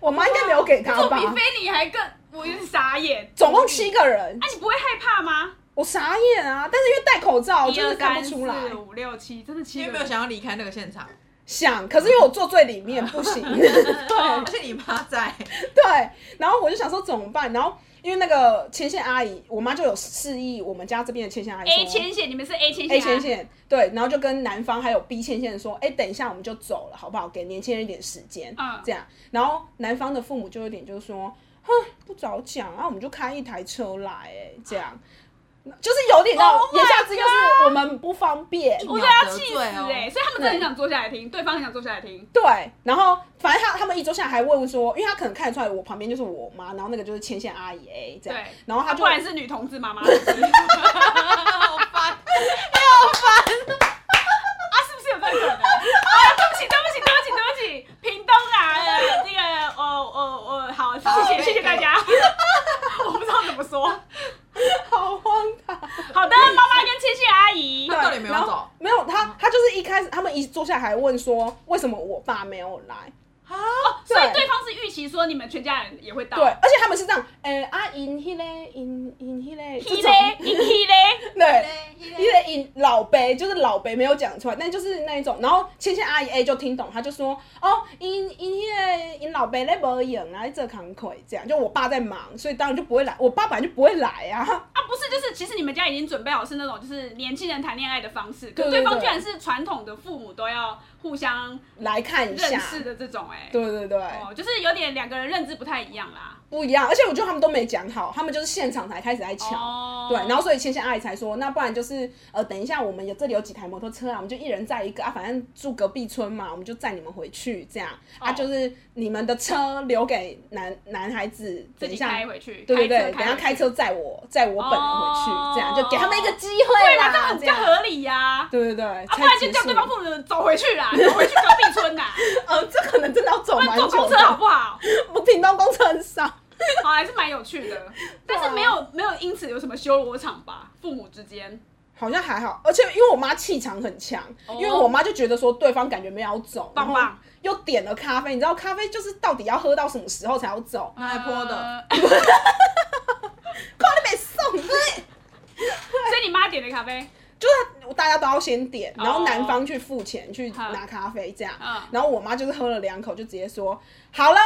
[SPEAKER 2] 我妈应该没有给他
[SPEAKER 1] 这
[SPEAKER 2] 吧
[SPEAKER 1] 比。菲尼还更，我有点傻眼。
[SPEAKER 2] 总共七个人
[SPEAKER 1] 啊，，你不会害怕吗？
[SPEAKER 2] 我傻眼啊！但是因为戴口罩，
[SPEAKER 1] 一
[SPEAKER 2] 就
[SPEAKER 1] 二
[SPEAKER 2] 是看
[SPEAKER 1] 三
[SPEAKER 2] 不
[SPEAKER 1] 四
[SPEAKER 2] 出来。
[SPEAKER 1] 五六七，真的
[SPEAKER 3] 你
[SPEAKER 1] 七
[SPEAKER 3] 有
[SPEAKER 1] 个
[SPEAKER 3] 没有
[SPEAKER 1] 人。
[SPEAKER 3] 想要离开那个现场？
[SPEAKER 2] 想，可是因为我坐最里面，
[SPEAKER 1] *laughs*
[SPEAKER 2] 不行。
[SPEAKER 3] 而且你妈 *laughs* 在，
[SPEAKER 2] 对，然后我就想说怎么办？然后因为那个牵线阿姨，我妈就有示意我们家这边的牵线阿姨
[SPEAKER 1] A
[SPEAKER 2] 说
[SPEAKER 1] 牵线，你们是 A 牵线、啊、
[SPEAKER 2] A 牵线，对，然后就跟男方还有 B 牵线说，哎、等一下我们就走了，好不好？给年轻人一点时间，
[SPEAKER 1] 嗯
[SPEAKER 2] 这样。然后男方的父母就有点就是说，哼，不早讲啊，我们就开一台车来、哎，这样，就是有点到
[SPEAKER 1] Oh my
[SPEAKER 2] 言下之意就是我们不方便，
[SPEAKER 3] 秒
[SPEAKER 1] 我对他
[SPEAKER 3] 得
[SPEAKER 1] 气死
[SPEAKER 3] 罪哦
[SPEAKER 1] 哎、所以他们真的很想坐下来听，对方很想坐下来听。
[SPEAKER 2] 对，然后反正他他们一坐下来还问说，因为他可能看得出来我旁边就是我妈，然后那个就是牵线阿姨 A 这样
[SPEAKER 1] 对，
[SPEAKER 2] 然后他就
[SPEAKER 1] 不然是女同志妈妈，啊， *laughs*
[SPEAKER 3] 好烦。
[SPEAKER 1] 是不是有这个可能？啊，对不起，对不起，对不起，对不起，屏东
[SPEAKER 3] *laughs*
[SPEAKER 1] 啊，呃那个，哦哦哦，好，谢谢，谢谢
[SPEAKER 3] *laughs*
[SPEAKER 1] 大家。我不知道怎么说。
[SPEAKER 2] 好荒唐，
[SPEAKER 1] 好的，妈妈跟牵线阿姨
[SPEAKER 3] 那，到底有没有
[SPEAKER 2] 然后
[SPEAKER 3] 走
[SPEAKER 2] 没有他，他就是一开始他们一坐下来还问说为什么我爸没有来，
[SPEAKER 1] 所以对方是预期说你们全家人也会到。
[SPEAKER 2] 对，，而且他们是这样，呃啊因迄个因因迄个这
[SPEAKER 1] 一
[SPEAKER 2] 种，
[SPEAKER 1] 嘞，一嘞，
[SPEAKER 2] 对。因为因老伯就是老伯没有讲出来，但就是那一种，然后倩倩阿姨 A 就听懂，她就说哦，因因迄个因老伯咧无闲啊，在做工课这样，就我爸在忙，所以当然就不会来，我爸本来就不会来啊，
[SPEAKER 1] 啊，不是，就是其实你们家已经准备好是那种就是年轻人谈恋爱的方式，可
[SPEAKER 2] 对对
[SPEAKER 1] 对方
[SPEAKER 2] 对
[SPEAKER 1] 居然是传统的父母都要互相
[SPEAKER 2] 来看一
[SPEAKER 1] 认
[SPEAKER 2] 下，
[SPEAKER 1] 识的这种、哎，
[SPEAKER 2] 对对对，
[SPEAKER 1] 哦，就是有点两个人认知不太一样啦。
[SPEAKER 2] 不一样，而且我觉得他们都没讲好，他们就是现场才开始在抢。
[SPEAKER 1] 哦
[SPEAKER 2] 对，然后所以倩倩阿姨才说，那不然就是呃，等一下我们有这里有几台摩托车啊，我们就一人载一个啊，反正住隔壁村嘛，我们就载你们回去这样、啊，
[SPEAKER 1] 哦
[SPEAKER 2] 就是你们的车留给男男孩子，
[SPEAKER 1] 自
[SPEAKER 2] 等一
[SPEAKER 1] 己
[SPEAKER 2] 下
[SPEAKER 1] 开，回去，开
[SPEAKER 2] 对对对，
[SPEAKER 1] 车
[SPEAKER 2] 等一下开
[SPEAKER 1] 回去。
[SPEAKER 2] 车载我载我本人回去，
[SPEAKER 1] 哦
[SPEAKER 2] 这样就给他们一个机会
[SPEAKER 1] 对啊啦，这
[SPEAKER 2] 啦，
[SPEAKER 1] 样
[SPEAKER 2] 啊这
[SPEAKER 1] 比较
[SPEAKER 2] 样
[SPEAKER 1] 合理呀、啊。
[SPEAKER 2] 对对对，
[SPEAKER 1] 啊，不
[SPEAKER 2] 才
[SPEAKER 1] 然
[SPEAKER 2] 结
[SPEAKER 1] 就
[SPEAKER 2] 束
[SPEAKER 1] 叫对方父母走回去
[SPEAKER 2] *laughs*
[SPEAKER 1] 啦，走回去隔壁村啦，
[SPEAKER 2] 呃，这可能真的要走
[SPEAKER 1] 不 *laughs* 然
[SPEAKER 2] 蛮
[SPEAKER 1] 坐
[SPEAKER 2] 久
[SPEAKER 1] 公车好
[SPEAKER 2] 的，
[SPEAKER 1] 不好？
[SPEAKER 2] 我屏东公车很少。
[SPEAKER 1] 好，还是蛮有趣
[SPEAKER 2] *laughs*
[SPEAKER 1] 的，但
[SPEAKER 2] 啊
[SPEAKER 1] 是没有没有因此有什么修罗场吧？父母之间，
[SPEAKER 2] 好像还好，而且因为我妈气场很强，
[SPEAKER 1] 哦
[SPEAKER 2] 因为我妈就觉得说对方感觉没有要走，
[SPEAKER 1] 棒棒
[SPEAKER 2] 然后又点了咖啡，你知道咖啡就是到底要喝到什么时候才要走？
[SPEAKER 3] 那还泼的，
[SPEAKER 1] 呃，
[SPEAKER 2] 快点被送！
[SPEAKER 1] 所以你妈点的咖啡，
[SPEAKER 2] 就是大家都要先点，然后男方去付钱去
[SPEAKER 1] 好
[SPEAKER 2] 拿咖啡这样
[SPEAKER 1] 哦嗯，
[SPEAKER 2] 然后我妈就是喝了两口就直接说好了。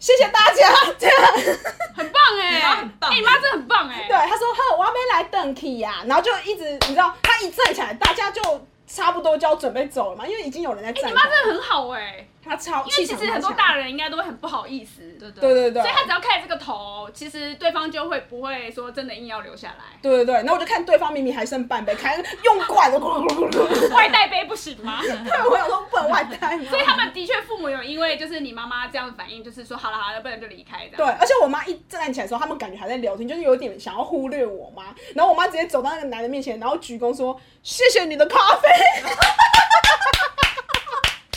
[SPEAKER 2] 谢谢大家， *laughs* 这样
[SPEAKER 1] 很棒哎、
[SPEAKER 3] 你妈很棒
[SPEAKER 1] 哎你妈真的很棒哎、
[SPEAKER 2] 对她说：“呵，我还没来等 k 呀、然后就一直，你知道，她一站起来，大家就差不多就要准备走了嘛，因为已经有人在站
[SPEAKER 1] 你
[SPEAKER 2] 起
[SPEAKER 1] 妈
[SPEAKER 2] 来。
[SPEAKER 1] 真的很好哎、
[SPEAKER 2] 她超，
[SPEAKER 1] 因为其
[SPEAKER 2] 气
[SPEAKER 1] 实
[SPEAKER 2] 场
[SPEAKER 1] 很多
[SPEAKER 2] 超强
[SPEAKER 1] 大人应该都会很不好意思，对
[SPEAKER 2] 对对对
[SPEAKER 1] 所以他只要开了这个头，其实对方就会不会说真的硬要留下来。
[SPEAKER 2] 对对对，然后我就看对方明明还剩半杯，看用惯了，咕噜咕噜咕噜。 *laughs*
[SPEAKER 1] 外带杯不行吗？所
[SPEAKER 2] 对，我想说不能外带吗？
[SPEAKER 1] 以他们的确父母有因为就是你妈妈这样反应，就是说好了好了，不然就离开这
[SPEAKER 2] 对，
[SPEAKER 1] 样。
[SPEAKER 2] 而且我妈一站起来的时候，他们感觉还在聊天，就是有点想要忽略我妈。然后我妈直接走到那个男的面前，然后鞠躬说：“谢谢你的咖啡。”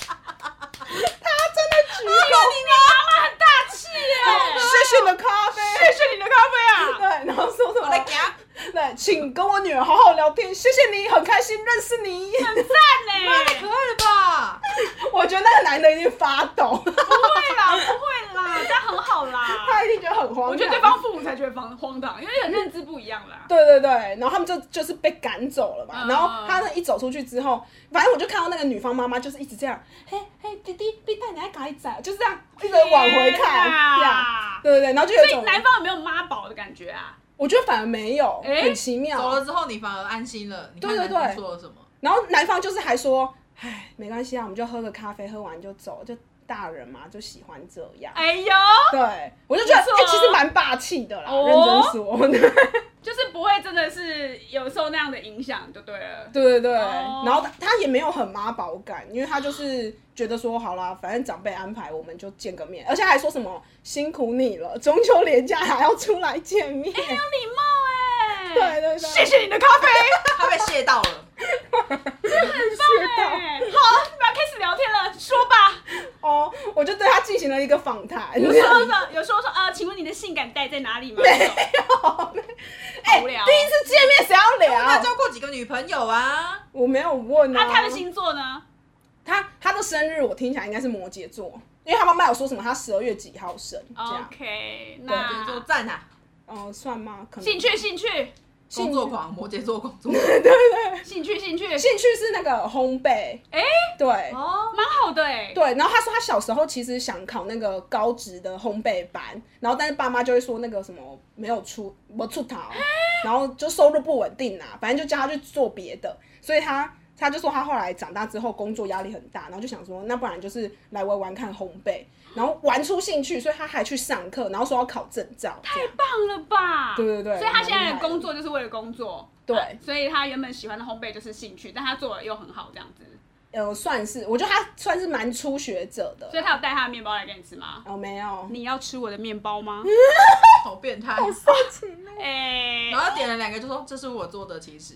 [SPEAKER 2] 他真的鞠啊躬，
[SPEAKER 1] 你妈妈很大气耶、
[SPEAKER 2] 谢谢你的咖啡。
[SPEAKER 1] 谢谢你的咖啡啊！
[SPEAKER 2] 对，然后说什
[SPEAKER 3] 我来
[SPEAKER 2] 么？
[SPEAKER 3] 夹，
[SPEAKER 2] 对，请跟我女儿好好聊天，谢谢你，很开心认识你。
[SPEAKER 1] 很赞欸
[SPEAKER 3] 可
[SPEAKER 1] 呢、
[SPEAKER 3] 以吧？
[SPEAKER 2] 我觉得那个男的一定发抖，
[SPEAKER 1] 不会 *laughs* 啦，不会啦，这样很好啦。
[SPEAKER 2] 他一定觉得很慌。
[SPEAKER 1] 我觉得对方父母才觉得荒荒唐，因为人认知不一样啦。
[SPEAKER 2] 对对对，然后他们就就是被赶走了嘛。
[SPEAKER 1] 嗯
[SPEAKER 2] 然后他呢一走出去之后，反正我就看到那个女方妈妈就是一直这样，嘿嘿，弟弟，弟弟，你还搞一仔，就是这样一直往回看，这样。
[SPEAKER 1] 呀。
[SPEAKER 2] 对对对，然后就有
[SPEAKER 1] 所以
[SPEAKER 2] 一种，
[SPEAKER 1] 男方有没有妈宝的感觉啊？
[SPEAKER 2] 我觉得反而没有，
[SPEAKER 1] 诶
[SPEAKER 2] 很奇
[SPEAKER 3] 走
[SPEAKER 2] 妙。
[SPEAKER 3] 了之后你反而安心了，你看
[SPEAKER 2] 对对
[SPEAKER 3] 男
[SPEAKER 2] 对
[SPEAKER 3] 生做了什么？
[SPEAKER 2] 然后男方就是还说，唉，没关系啊，我们就喝个咖啡，喝完就走，就大人嘛，就喜欢这样。
[SPEAKER 1] 哎呦，
[SPEAKER 2] 对，我就觉得，哎、
[SPEAKER 1] 不错啊
[SPEAKER 2] 其实蛮霸气的啦，
[SPEAKER 1] 哦
[SPEAKER 2] 认真说。 *laughs*
[SPEAKER 1] 就是不会真的是有受那样的影响就对了。
[SPEAKER 2] 对对对，
[SPEAKER 1] 哦
[SPEAKER 2] 然后他他也没有很妈宝感，因为他就是觉得说好啦，反正长辈安排我们就见个面，而且还说什么辛苦你了，中秋连假还要出来
[SPEAKER 1] *laughs*
[SPEAKER 2] 见面，
[SPEAKER 1] 很有礼貌哎、
[SPEAKER 2] 对对对
[SPEAKER 1] 谢谢你的咖啡。
[SPEAKER 3] 他被谢到 *laughs* 了，
[SPEAKER 2] 知道
[SPEAKER 1] 哎好，你们要开始聊天了，说吧。
[SPEAKER 2] 哦，我就对他进行了一个
[SPEAKER 1] *laughs*
[SPEAKER 2] 访谈，
[SPEAKER 1] 有说说，有说说，呃，请问你的性感带在哪里吗？没有，
[SPEAKER 2] 哎、
[SPEAKER 1] 好无聊哦
[SPEAKER 2] 第一次见面谁要
[SPEAKER 3] 他
[SPEAKER 2] 聊？啊
[SPEAKER 3] 交过几个女朋友啊？
[SPEAKER 2] 我没有问啊，
[SPEAKER 1] 那他的星座呢？
[SPEAKER 2] 他他的生日我听起来应该是摩羯座，因为他妈妈有说什么他十二月几号生这样，
[SPEAKER 1] 哦 OK，
[SPEAKER 3] 摩羯座
[SPEAKER 1] 那
[SPEAKER 3] 赞啊，
[SPEAKER 2] 哦、算吗？可能
[SPEAKER 1] 兴趣兴趣
[SPEAKER 3] 工
[SPEAKER 2] 兴趣
[SPEAKER 3] 作狂，摩羯座工 *laughs* 作狂，
[SPEAKER 1] 兴趣兴趣，
[SPEAKER 2] 兴趣是那个烘焙，
[SPEAKER 1] 哎
[SPEAKER 2] 对。
[SPEAKER 1] 哦，蛮好的哎。
[SPEAKER 2] 对，然后他说他小时候其实想考那个高职的烘焙班，然后但是爸妈就会说那个什么没有出 *laughs* 没出头，然后就收入不稳定啊，反正就叫他去做别的，所以他他就说他后来长大之后工作压力很大，然后就想说那不然就是来玩玩看烘焙，然后玩出兴趣，所以他还去上课，然后说要考证照，这
[SPEAKER 1] 太
[SPEAKER 2] 样
[SPEAKER 1] 棒了吧！
[SPEAKER 2] 对对对
[SPEAKER 1] 所以他现
[SPEAKER 2] 蛮
[SPEAKER 1] 在
[SPEAKER 2] 厉
[SPEAKER 1] 的
[SPEAKER 2] 害的
[SPEAKER 1] 工作就是为了工作，
[SPEAKER 2] 对
[SPEAKER 1] 啊所以他原本喜欢的烘焙就是兴趣，但他做的又很好，这样子，
[SPEAKER 2] 呃算是我觉得他算是蛮初学者的
[SPEAKER 1] 所，以他有带他的面包来给你吃吗？
[SPEAKER 2] 哦没有，
[SPEAKER 1] 你要吃我的面包吗？
[SPEAKER 3] 好变态。
[SPEAKER 1] 哎、
[SPEAKER 3] 然后点了两个就说这是我做的，其实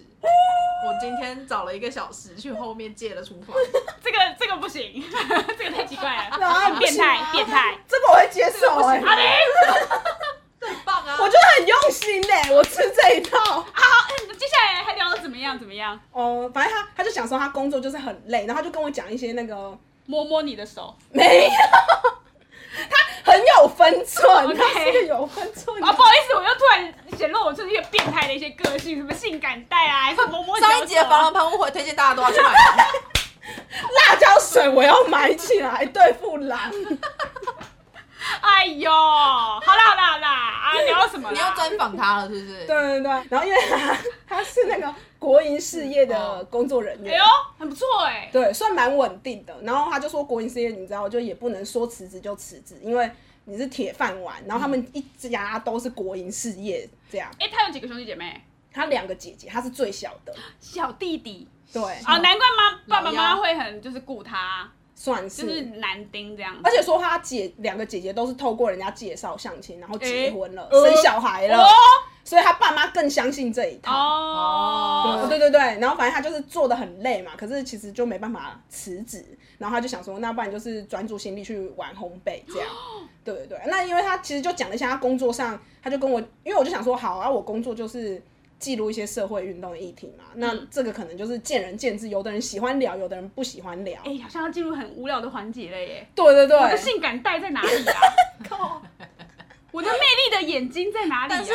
[SPEAKER 3] 我今天找了一个小时去后面借了厨 *laughs* 房，
[SPEAKER 1] 这个这个不行， *laughs* 这个太奇怪
[SPEAKER 2] *laughs*
[SPEAKER 1] 了，
[SPEAKER 2] 哪有
[SPEAKER 1] 变
[SPEAKER 2] 不行
[SPEAKER 1] 态
[SPEAKER 2] 啊
[SPEAKER 1] 变态，
[SPEAKER 2] 这个我会接受哎、
[SPEAKER 1] 阿玲，
[SPEAKER 3] 很棒啊！
[SPEAKER 2] *laughs* 我觉得很用心哎、我吃这一套。
[SPEAKER 1] 好，嗯接下来还聊的怎么样怎么样？
[SPEAKER 2] 哦，反正他他就讲说他工作就是很累，然后他就跟我讲一些那个 *laughs*
[SPEAKER 1] 摸摸你的手，
[SPEAKER 2] 没有，他很有分寸
[SPEAKER 1] *laughs* OK
[SPEAKER 2] 他是个有分寸的
[SPEAKER 1] 啊，不好意思，我又突然显露我这些变态的一些个性，什么性感带啊，还是摸摸
[SPEAKER 3] 上一集的防狼喷雾，我推荐大家都要去买。
[SPEAKER 2] 辣椒水，我要买起来对付
[SPEAKER 1] *laughs*
[SPEAKER 2] 狼。
[SPEAKER 1] 哎呦，好啦好啦好啦，啊，聊到什么啦？
[SPEAKER 3] 你要专访他了，是不是？
[SPEAKER 2] 对，对对，然后因为他他是那个国营事业的工作人
[SPEAKER 1] 哎
[SPEAKER 2] 员
[SPEAKER 1] 呦。，很不错哎、
[SPEAKER 2] 对，算蛮稳定的。然后他就说，国营事业你知道，就也不能说辞职就辞职，因为你是铁饭碗。然后他们一家都是国营事业这样。
[SPEAKER 1] 哎、他有几个兄弟姐妹？
[SPEAKER 2] 他两个姐姐，他是最小的，
[SPEAKER 1] 小弟弟
[SPEAKER 2] 对，
[SPEAKER 1] 啊、难怪妈爸爸
[SPEAKER 3] 老幺
[SPEAKER 1] 妈妈会很就是顾他，
[SPEAKER 2] 算是。
[SPEAKER 1] 就是男丁这样。哦
[SPEAKER 2] 而且说他姐两个姐姐都是透过人家介绍相亲，然后结婚了，
[SPEAKER 1] 欸呃
[SPEAKER 2] 生小孩了，
[SPEAKER 1] 哦
[SPEAKER 2] 所以他爸妈更相信这一套。
[SPEAKER 1] 哦，
[SPEAKER 2] 对对对，然后反正他就是做的很累嘛，可是其实就没办法辞职，然后他就想说，那不然就是专注心力去玩烘焙这样。对对对，那因为他其实就讲了一下他工作上，他就跟我，因为我就想说，好啊，我工作就是记录一些社会运动的议题嘛，那
[SPEAKER 1] 嗯
[SPEAKER 2] 这个可能就是见仁见智，有的人喜欢聊，有的人不喜欢聊。
[SPEAKER 1] 哎、好像要进入很无聊的环节了耶。
[SPEAKER 2] 对对对，
[SPEAKER 1] 我的性感带在哪里啊？我的魅力的眼睛在哪里、啊？
[SPEAKER 3] 但是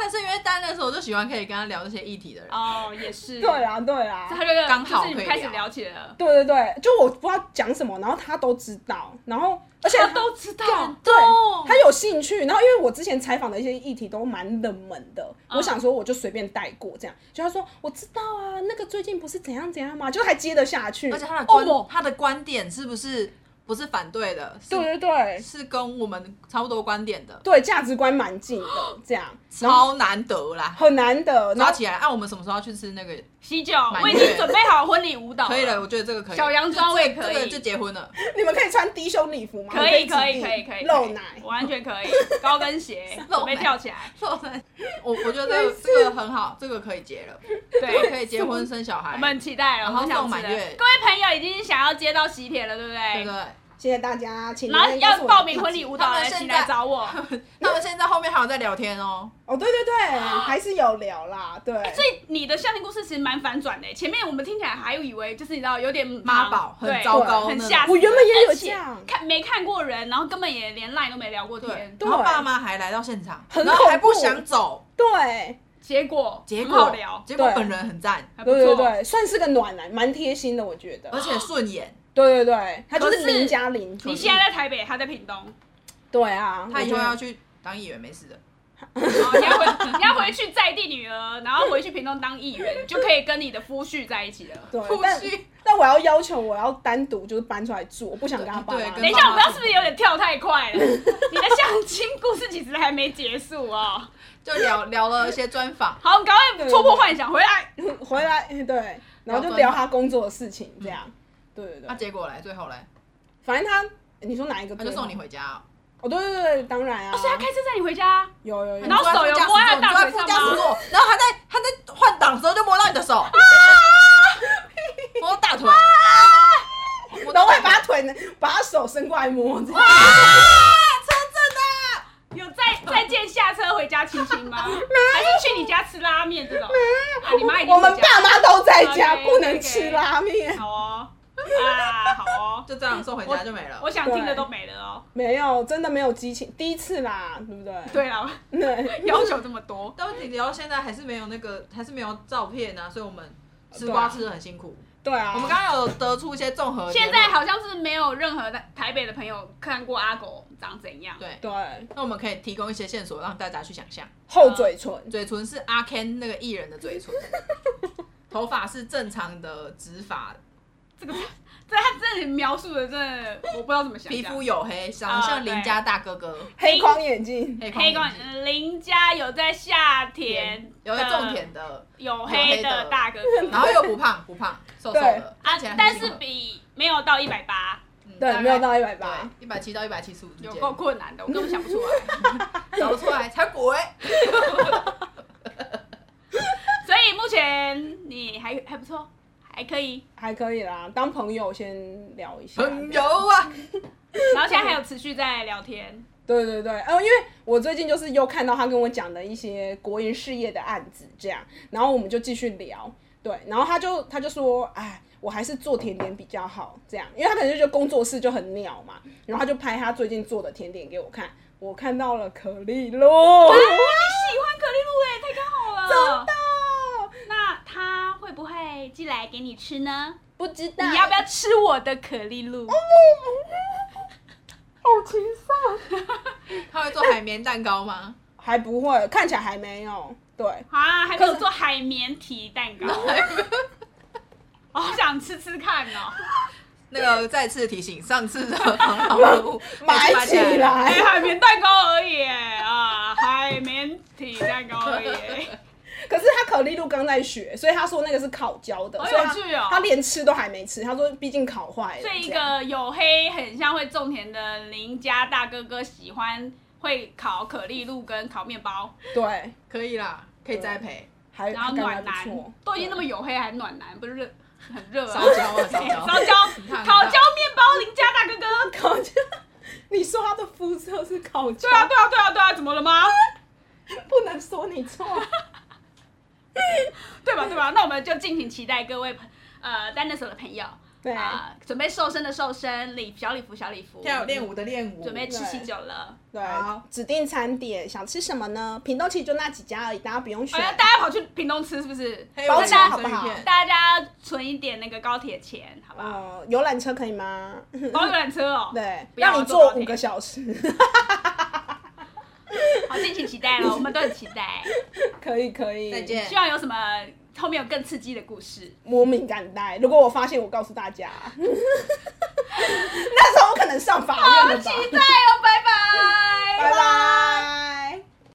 [SPEAKER 3] 但是因为单的时候，我就喜欢可以跟他聊这些议题的人。
[SPEAKER 1] 哦，也是，
[SPEAKER 2] 对，啊，对啊，
[SPEAKER 1] 他就
[SPEAKER 3] 刚好
[SPEAKER 1] 就是你们
[SPEAKER 3] 可以
[SPEAKER 1] 开始
[SPEAKER 3] 聊
[SPEAKER 1] 聊起来了，
[SPEAKER 2] 对对对，就我不知道讲什么，然后他都知道，然后而且
[SPEAKER 1] 大家哦都知道，
[SPEAKER 2] 对
[SPEAKER 1] 懂
[SPEAKER 2] 他有兴趣，然后因为我之前采访的一些议题都蛮冷门的，
[SPEAKER 1] 嗯
[SPEAKER 2] 我想说我就随便带过这样，就他说我知道啊，那个最近不是怎样怎样嘛，就还接得下去，
[SPEAKER 3] 而且他的观、
[SPEAKER 2] 哦，
[SPEAKER 3] 他的观点是不是不是反对的？是
[SPEAKER 2] 对对对
[SPEAKER 3] 是跟我们差不多观点的，
[SPEAKER 2] 对，价值观蛮
[SPEAKER 1] *gasps*
[SPEAKER 2] 近的这样，然后
[SPEAKER 3] 超难得啦。
[SPEAKER 2] 很难得，然
[SPEAKER 3] 抓
[SPEAKER 2] 后
[SPEAKER 3] 起来，按、啊、我们什么时候要去吃那个？
[SPEAKER 1] 喜酒，
[SPEAKER 3] 满
[SPEAKER 1] 我已
[SPEAKER 3] 月
[SPEAKER 1] 经准备好婚礼舞蹈，
[SPEAKER 3] 可以
[SPEAKER 2] 哦
[SPEAKER 3] 了，，我觉得这个可以。
[SPEAKER 1] 小洋装我也可
[SPEAKER 3] 这个就
[SPEAKER 1] 以。
[SPEAKER 3] 结婚
[SPEAKER 2] *laughs*
[SPEAKER 3] 了，
[SPEAKER 2] 你们可以穿低胸礼服吗？
[SPEAKER 1] 可以
[SPEAKER 2] 我
[SPEAKER 1] 可
[SPEAKER 2] 指
[SPEAKER 1] 以
[SPEAKER 2] 定
[SPEAKER 1] 可以可以，
[SPEAKER 2] 露奶，
[SPEAKER 1] 我完
[SPEAKER 3] *laughs*
[SPEAKER 1] 全可以，高跟鞋
[SPEAKER 3] 露
[SPEAKER 1] 准备
[SPEAKER 3] 奶
[SPEAKER 1] 跳起来，
[SPEAKER 3] *laughs* 我我觉得这个这个很好，这个可以结了，
[SPEAKER 1] 对，
[SPEAKER 3] 可以结婚生小孩，
[SPEAKER 1] 我们很期待了，
[SPEAKER 3] 然
[SPEAKER 1] 我
[SPEAKER 3] 后
[SPEAKER 1] 们想
[SPEAKER 3] 送满
[SPEAKER 1] 吃了
[SPEAKER 3] 月
[SPEAKER 1] 各位朋友已经想要接到喜帖了，对不
[SPEAKER 3] 对不
[SPEAKER 1] 对？
[SPEAKER 3] 对？
[SPEAKER 2] 谢谢大家，请
[SPEAKER 1] 然后
[SPEAKER 2] 留言告诉
[SPEAKER 1] 要
[SPEAKER 2] 我
[SPEAKER 1] 报
[SPEAKER 2] 你
[SPEAKER 1] 名
[SPEAKER 2] 自
[SPEAKER 1] 婚
[SPEAKER 2] 己
[SPEAKER 1] 礼舞蹈的
[SPEAKER 3] 他
[SPEAKER 1] 人，
[SPEAKER 3] 们
[SPEAKER 1] 请
[SPEAKER 3] 现
[SPEAKER 1] 来
[SPEAKER 3] 在
[SPEAKER 1] 找我。
[SPEAKER 3] 他们现在后面还有在聊天哦，
[SPEAKER 2] 哦，对对对，还是有聊啦，对，
[SPEAKER 1] 所以你的相亲故事其实蛮反转的，前面我们听起来还以为就是你知道有点
[SPEAKER 3] 妈宝
[SPEAKER 1] 对
[SPEAKER 3] 很糟糕
[SPEAKER 1] 很
[SPEAKER 3] 那种
[SPEAKER 1] 吓死
[SPEAKER 2] 我
[SPEAKER 1] 人。
[SPEAKER 2] 原本也有
[SPEAKER 1] 而且
[SPEAKER 2] 这样
[SPEAKER 1] 看没看过人，然后根本也连 line 都没聊过
[SPEAKER 3] 对
[SPEAKER 1] 天，，
[SPEAKER 2] 对
[SPEAKER 3] 然后爸妈还来到现场，
[SPEAKER 2] 很
[SPEAKER 3] 然后还
[SPEAKER 2] 恐
[SPEAKER 3] 不
[SPEAKER 2] 怖
[SPEAKER 3] 想走，
[SPEAKER 2] 对。
[SPEAKER 1] 结果
[SPEAKER 3] 结
[SPEAKER 1] 很好
[SPEAKER 3] 果
[SPEAKER 1] 聊，
[SPEAKER 3] 结果
[SPEAKER 2] 对
[SPEAKER 3] 本人很赞，
[SPEAKER 1] 还不
[SPEAKER 2] 对对
[SPEAKER 1] 错。
[SPEAKER 2] 对，算是个暖男，蛮贴心的，我觉得
[SPEAKER 3] 而。且顺眼，
[SPEAKER 2] 对对对，他就
[SPEAKER 1] 可
[SPEAKER 2] 是
[SPEAKER 1] 是
[SPEAKER 2] 邻家邻居
[SPEAKER 1] 你。现在在台北，他在屏东，
[SPEAKER 2] 对啊，
[SPEAKER 3] 他以后
[SPEAKER 2] 我觉得
[SPEAKER 3] 要去当议员没事的，
[SPEAKER 1] 然哦后你要回你要回去在地女儿，然后回去屏东当议员，就可以跟你的夫婿在一起了。
[SPEAKER 2] 对，
[SPEAKER 3] 不
[SPEAKER 2] 但
[SPEAKER 3] 去，
[SPEAKER 2] *laughs* 但我要要求我要单独就是搬出来住，我不想跟他爸
[SPEAKER 3] 对
[SPEAKER 2] 妈。
[SPEAKER 3] 跟
[SPEAKER 1] 等一下，我不知道是不是有点跳太快了。你的相亲故事其实还没结束哦。
[SPEAKER 3] 就
[SPEAKER 1] *laughs*
[SPEAKER 3] 聊聊了一些专访，
[SPEAKER 1] 好，赶快戳破幻想回来。
[SPEAKER 2] 回来 *laughs* 对，然后就聊他工作的事情这
[SPEAKER 3] 嗯
[SPEAKER 2] 样。对对
[SPEAKER 3] 那
[SPEAKER 2] 对，
[SPEAKER 3] 结果来最后嘞，
[SPEAKER 2] 反正他你说哪一个
[SPEAKER 3] 他
[SPEAKER 2] 最
[SPEAKER 3] 啊就
[SPEAKER 2] 后？
[SPEAKER 3] 送你回家哦，
[SPEAKER 2] 哦，对对对，当然啊
[SPEAKER 1] 哦，所以他开车载你回家，
[SPEAKER 2] 有有有
[SPEAKER 1] 然。后手游摸在大腿
[SPEAKER 3] 你坐在
[SPEAKER 1] 上吗啊
[SPEAKER 3] 副驾驶座，然后他在他在换挡的时候就摸到你的手， *laughs* 摸到大腿，
[SPEAKER 2] 然后我还把他
[SPEAKER 1] 啊
[SPEAKER 3] *laughs*
[SPEAKER 2] 腿 *laughs* 呢，把他手伸过来摸，这样
[SPEAKER 3] 啊
[SPEAKER 1] 有再再见下车回家亲亲吗？还是去你家吃拉面这种？啊，你
[SPEAKER 3] 哎
[SPEAKER 1] 妈一定
[SPEAKER 2] 我们
[SPEAKER 1] 回家
[SPEAKER 2] 爸妈都在家，
[SPEAKER 1] OK，OK
[SPEAKER 2] 不能吃拉面。
[SPEAKER 1] 好哦，啊，好哦，
[SPEAKER 3] 就这样送回家就没了
[SPEAKER 1] 我。想听的都没了哦。
[SPEAKER 2] 没有，真的没有激情，第一次啦，对不对？
[SPEAKER 1] 对了，
[SPEAKER 2] 对，
[SPEAKER 1] 要求这么多，
[SPEAKER 3] 但是你聊到现在还是没有那个，还是没有照片啊，所以我们吃瓜吃的很辛苦。
[SPEAKER 2] *laughs* 对啊。
[SPEAKER 3] 我们刚刚有得出一些综合结
[SPEAKER 1] 现
[SPEAKER 3] 论，
[SPEAKER 1] 在好像是没有任何在台北的朋友看过阿狗长怎样。
[SPEAKER 3] 对，
[SPEAKER 2] 对
[SPEAKER 3] 那我们可以提供一些线索让大家去想象。
[SPEAKER 2] 厚嘴唇，
[SPEAKER 3] 嘴唇是阿 Ken 那个艺人的嘴唇，头发是正常的直发，
[SPEAKER 1] 这个这他这里描述的，真的我不知道怎么想象。
[SPEAKER 3] 皮肤黝黑，长得像邻家大哥哥，
[SPEAKER 2] 黑框眼镜，
[SPEAKER 3] 黑框
[SPEAKER 1] 黑
[SPEAKER 3] 眼
[SPEAKER 1] 光
[SPEAKER 3] 镜
[SPEAKER 1] 邻家有在夏天
[SPEAKER 3] 有个种田的，
[SPEAKER 1] 有黑的大哥
[SPEAKER 3] 然
[SPEAKER 1] 哥
[SPEAKER 3] 后又不胖不胖，瘦瘦的，
[SPEAKER 1] 啊
[SPEAKER 3] 看起来，很
[SPEAKER 1] 但
[SPEAKER 3] 亲
[SPEAKER 1] 是
[SPEAKER 3] 和
[SPEAKER 1] 比没有到一百八
[SPEAKER 3] 嗯大
[SPEAKER 2] 对，
[SPEAKER 3] 概
[SPEAKER 2] 没有到一百八，
[SPEAKER 3] 对一百七到一百七十五之
[SPEAKER 1] 有
[SPEAKER 3] 间，
[SPEAKER 1] 够困难的，我根本想不出来。
[SPEAKER 3] *laughs* 找不出来才欸鬼。
[SPEAKER 1] 所以目前你还还不错，还可以。
[SPEAKER 2] 还可以啦，当朋友先聊一下。
[SPEAKER 3] 朋友啊，
[SPEAKER 1] 然后现在还有持续在
[SPEAKER 3] *laughs*
[SPEAKER 1] 聊天，
[SPEAKER 2] 对对对，呃，因为我最近就是又看到他跟我讲的一些国营事业的案子，这样，然后我们就继续聊，对，然后他就他就说，哎，我还是做甜点比较好，这样，因为他可能就觉得工作室就很鸟嘛，然后他就拍他最近做的甜点给我看，我看到了可丽露，
[SPEAKER 1] 哇，啊你喜欢可丽露哎，太刚好了。真的？那他会不会寄来给你吃呢？
[SPEAKER 2] 不知道
[SPEAKER 1] 你要不要吃我的可丽露？
[SPEAKER 2] *laughs* 好情商？
[SPEAKER 3] 他会做海绵蛋糕吗？
[SPEAKER 2] 还不会，看起来还没有，对，
[SPEAKER 1] 啊，还没有做海绵体蛋糕，我好想吃吃看哦。
[SPEAKER 3] 那个再次提醒，上次的防老任务
[SPEAKER 2] 买起
[SPEAKER 1] 哎、
[SPEAKER 2] 来。
[SPEAKER 1] 海绵蛋糕而已耶啊，海绵体蛋糕而已耶。
[SPEAKER 2] 可是他可丽露刚在学，所以他说那个是烤焦的，
[SPEAKER 1] 好
[SPEAKER 2] 所以
[SPEAKER 1] 有趣哦
[SPEAKER 2] 他他连吃都还没吃。他说毕竟烤坏了。
[SPEAKER 1] 所以一
[SPEAKER 2] 这样
[SPEAKER 1] 个黝黑、很像会种田的邻家大哥哥，喜欢会烤可丽露跟烤面包，
[SPEAKER 2] 对，
[SPEAKER 3] 可以啦，可以栽培
[SPEAKER 2] 还
[SPEAKER 1] 然后
[SPEAKER 2] 还感
[SPEAKER 1] 暖
[SPEAKER 2] 觉还
[SPEAKER 1] 男
[SPEAKER 2] 不错，，
[SPEAKER 1] 都已经那么黝黑，还暖男，不是热很热啊
[SPEAKER 3] 烧？焦啊，烧
[SPEAKER 1] 哎
[SPEAKER 3] 焦
[SPEAKER 1] *laughs* 烧。焦
[SPEAKER 3] 看
[SPEAKER 1] 烤焦面包邻家大哥哥。
[SPEAKER 2] 对 *laughs* 烤焦。你说他的肤色是烤焦，
[SPEAKER 1] 对啊，对啊，对啊，对啊，怎么了吗？
[SPEAKER 2] 不能说
[SPEAKER 1] *laughs*
[SPEAKER 2] 你错。
[SPEAKER 1] 对吧？对吧？那我们就敬请期待各位朋呃单的手的朋友
[SPEAKER 2] 对，
[SPEAKER 1] 啊，准备瘦身的瘦身，礼小礼服小礼服，
[SPEAKER 3] 跳练舞的练舞，
[SPEAKER 1] 准备吃
[SPEAKER 2] 对
[SPEAKER 1] 喜酒了。
[SPEAKER 2] 对
[SPEAKER 3] 好，
[SPEAKER 2] 指定餐点想吃什么呢？屏东其实就那几家而已，大家不用选
[SPEAKER 1] 哎。呀，大家跑去屏东吃是不是？
[SPEAKER 3] 黑
[SPEAKER 2] 包
[SPEAKER 3] 尾
[SPEAKER 2] 厢
[SPEAKER 3] 生
[SPEAKER 2] 好不
[SPEAKER 3] 鱼
[SPEAKER 2] 好
[SPEAKER 3] 片
[SPEAKER 1] 大家存一点那个高铁钱，好不好？
[SPEAKER 2] 呃，游览车可以吗？ *laughs*
[SPEAKER 1] 包游览车哦，，
[SPEAKER 2] 对，
[SPEAKER 1] 不要
[SPEAKER 2] 让你
[SPEAKER 1] 我坐
[SPEAKER 2] 坐
[SPEAKER 1] 高
[SPEAKER 2] 五
[SPEAKER 1] 铁
[SPEAKER 2] 个小时， *laughs*
[SPEAKER 1] 好，敬请期待哦了，我们都很期待，
[SPEAKER 2] 可以可以。
[SPEAKER 3] 再见
[SPEAKER 1] 希望有什么后面有更刺激的故事。
[SPEAKER 2] 我敏感带，如果我发现，我告诉大家。 *laughs* 那时候我可能上法
[SPEAKER 1] 好
[SPEAKER 2] 院了
[SPEAKER 1] 期
[SPEAKER 2] 吧。
[SPEAKER 1] 待哦，拜拜，
[SPEAKER 2] 拜拜。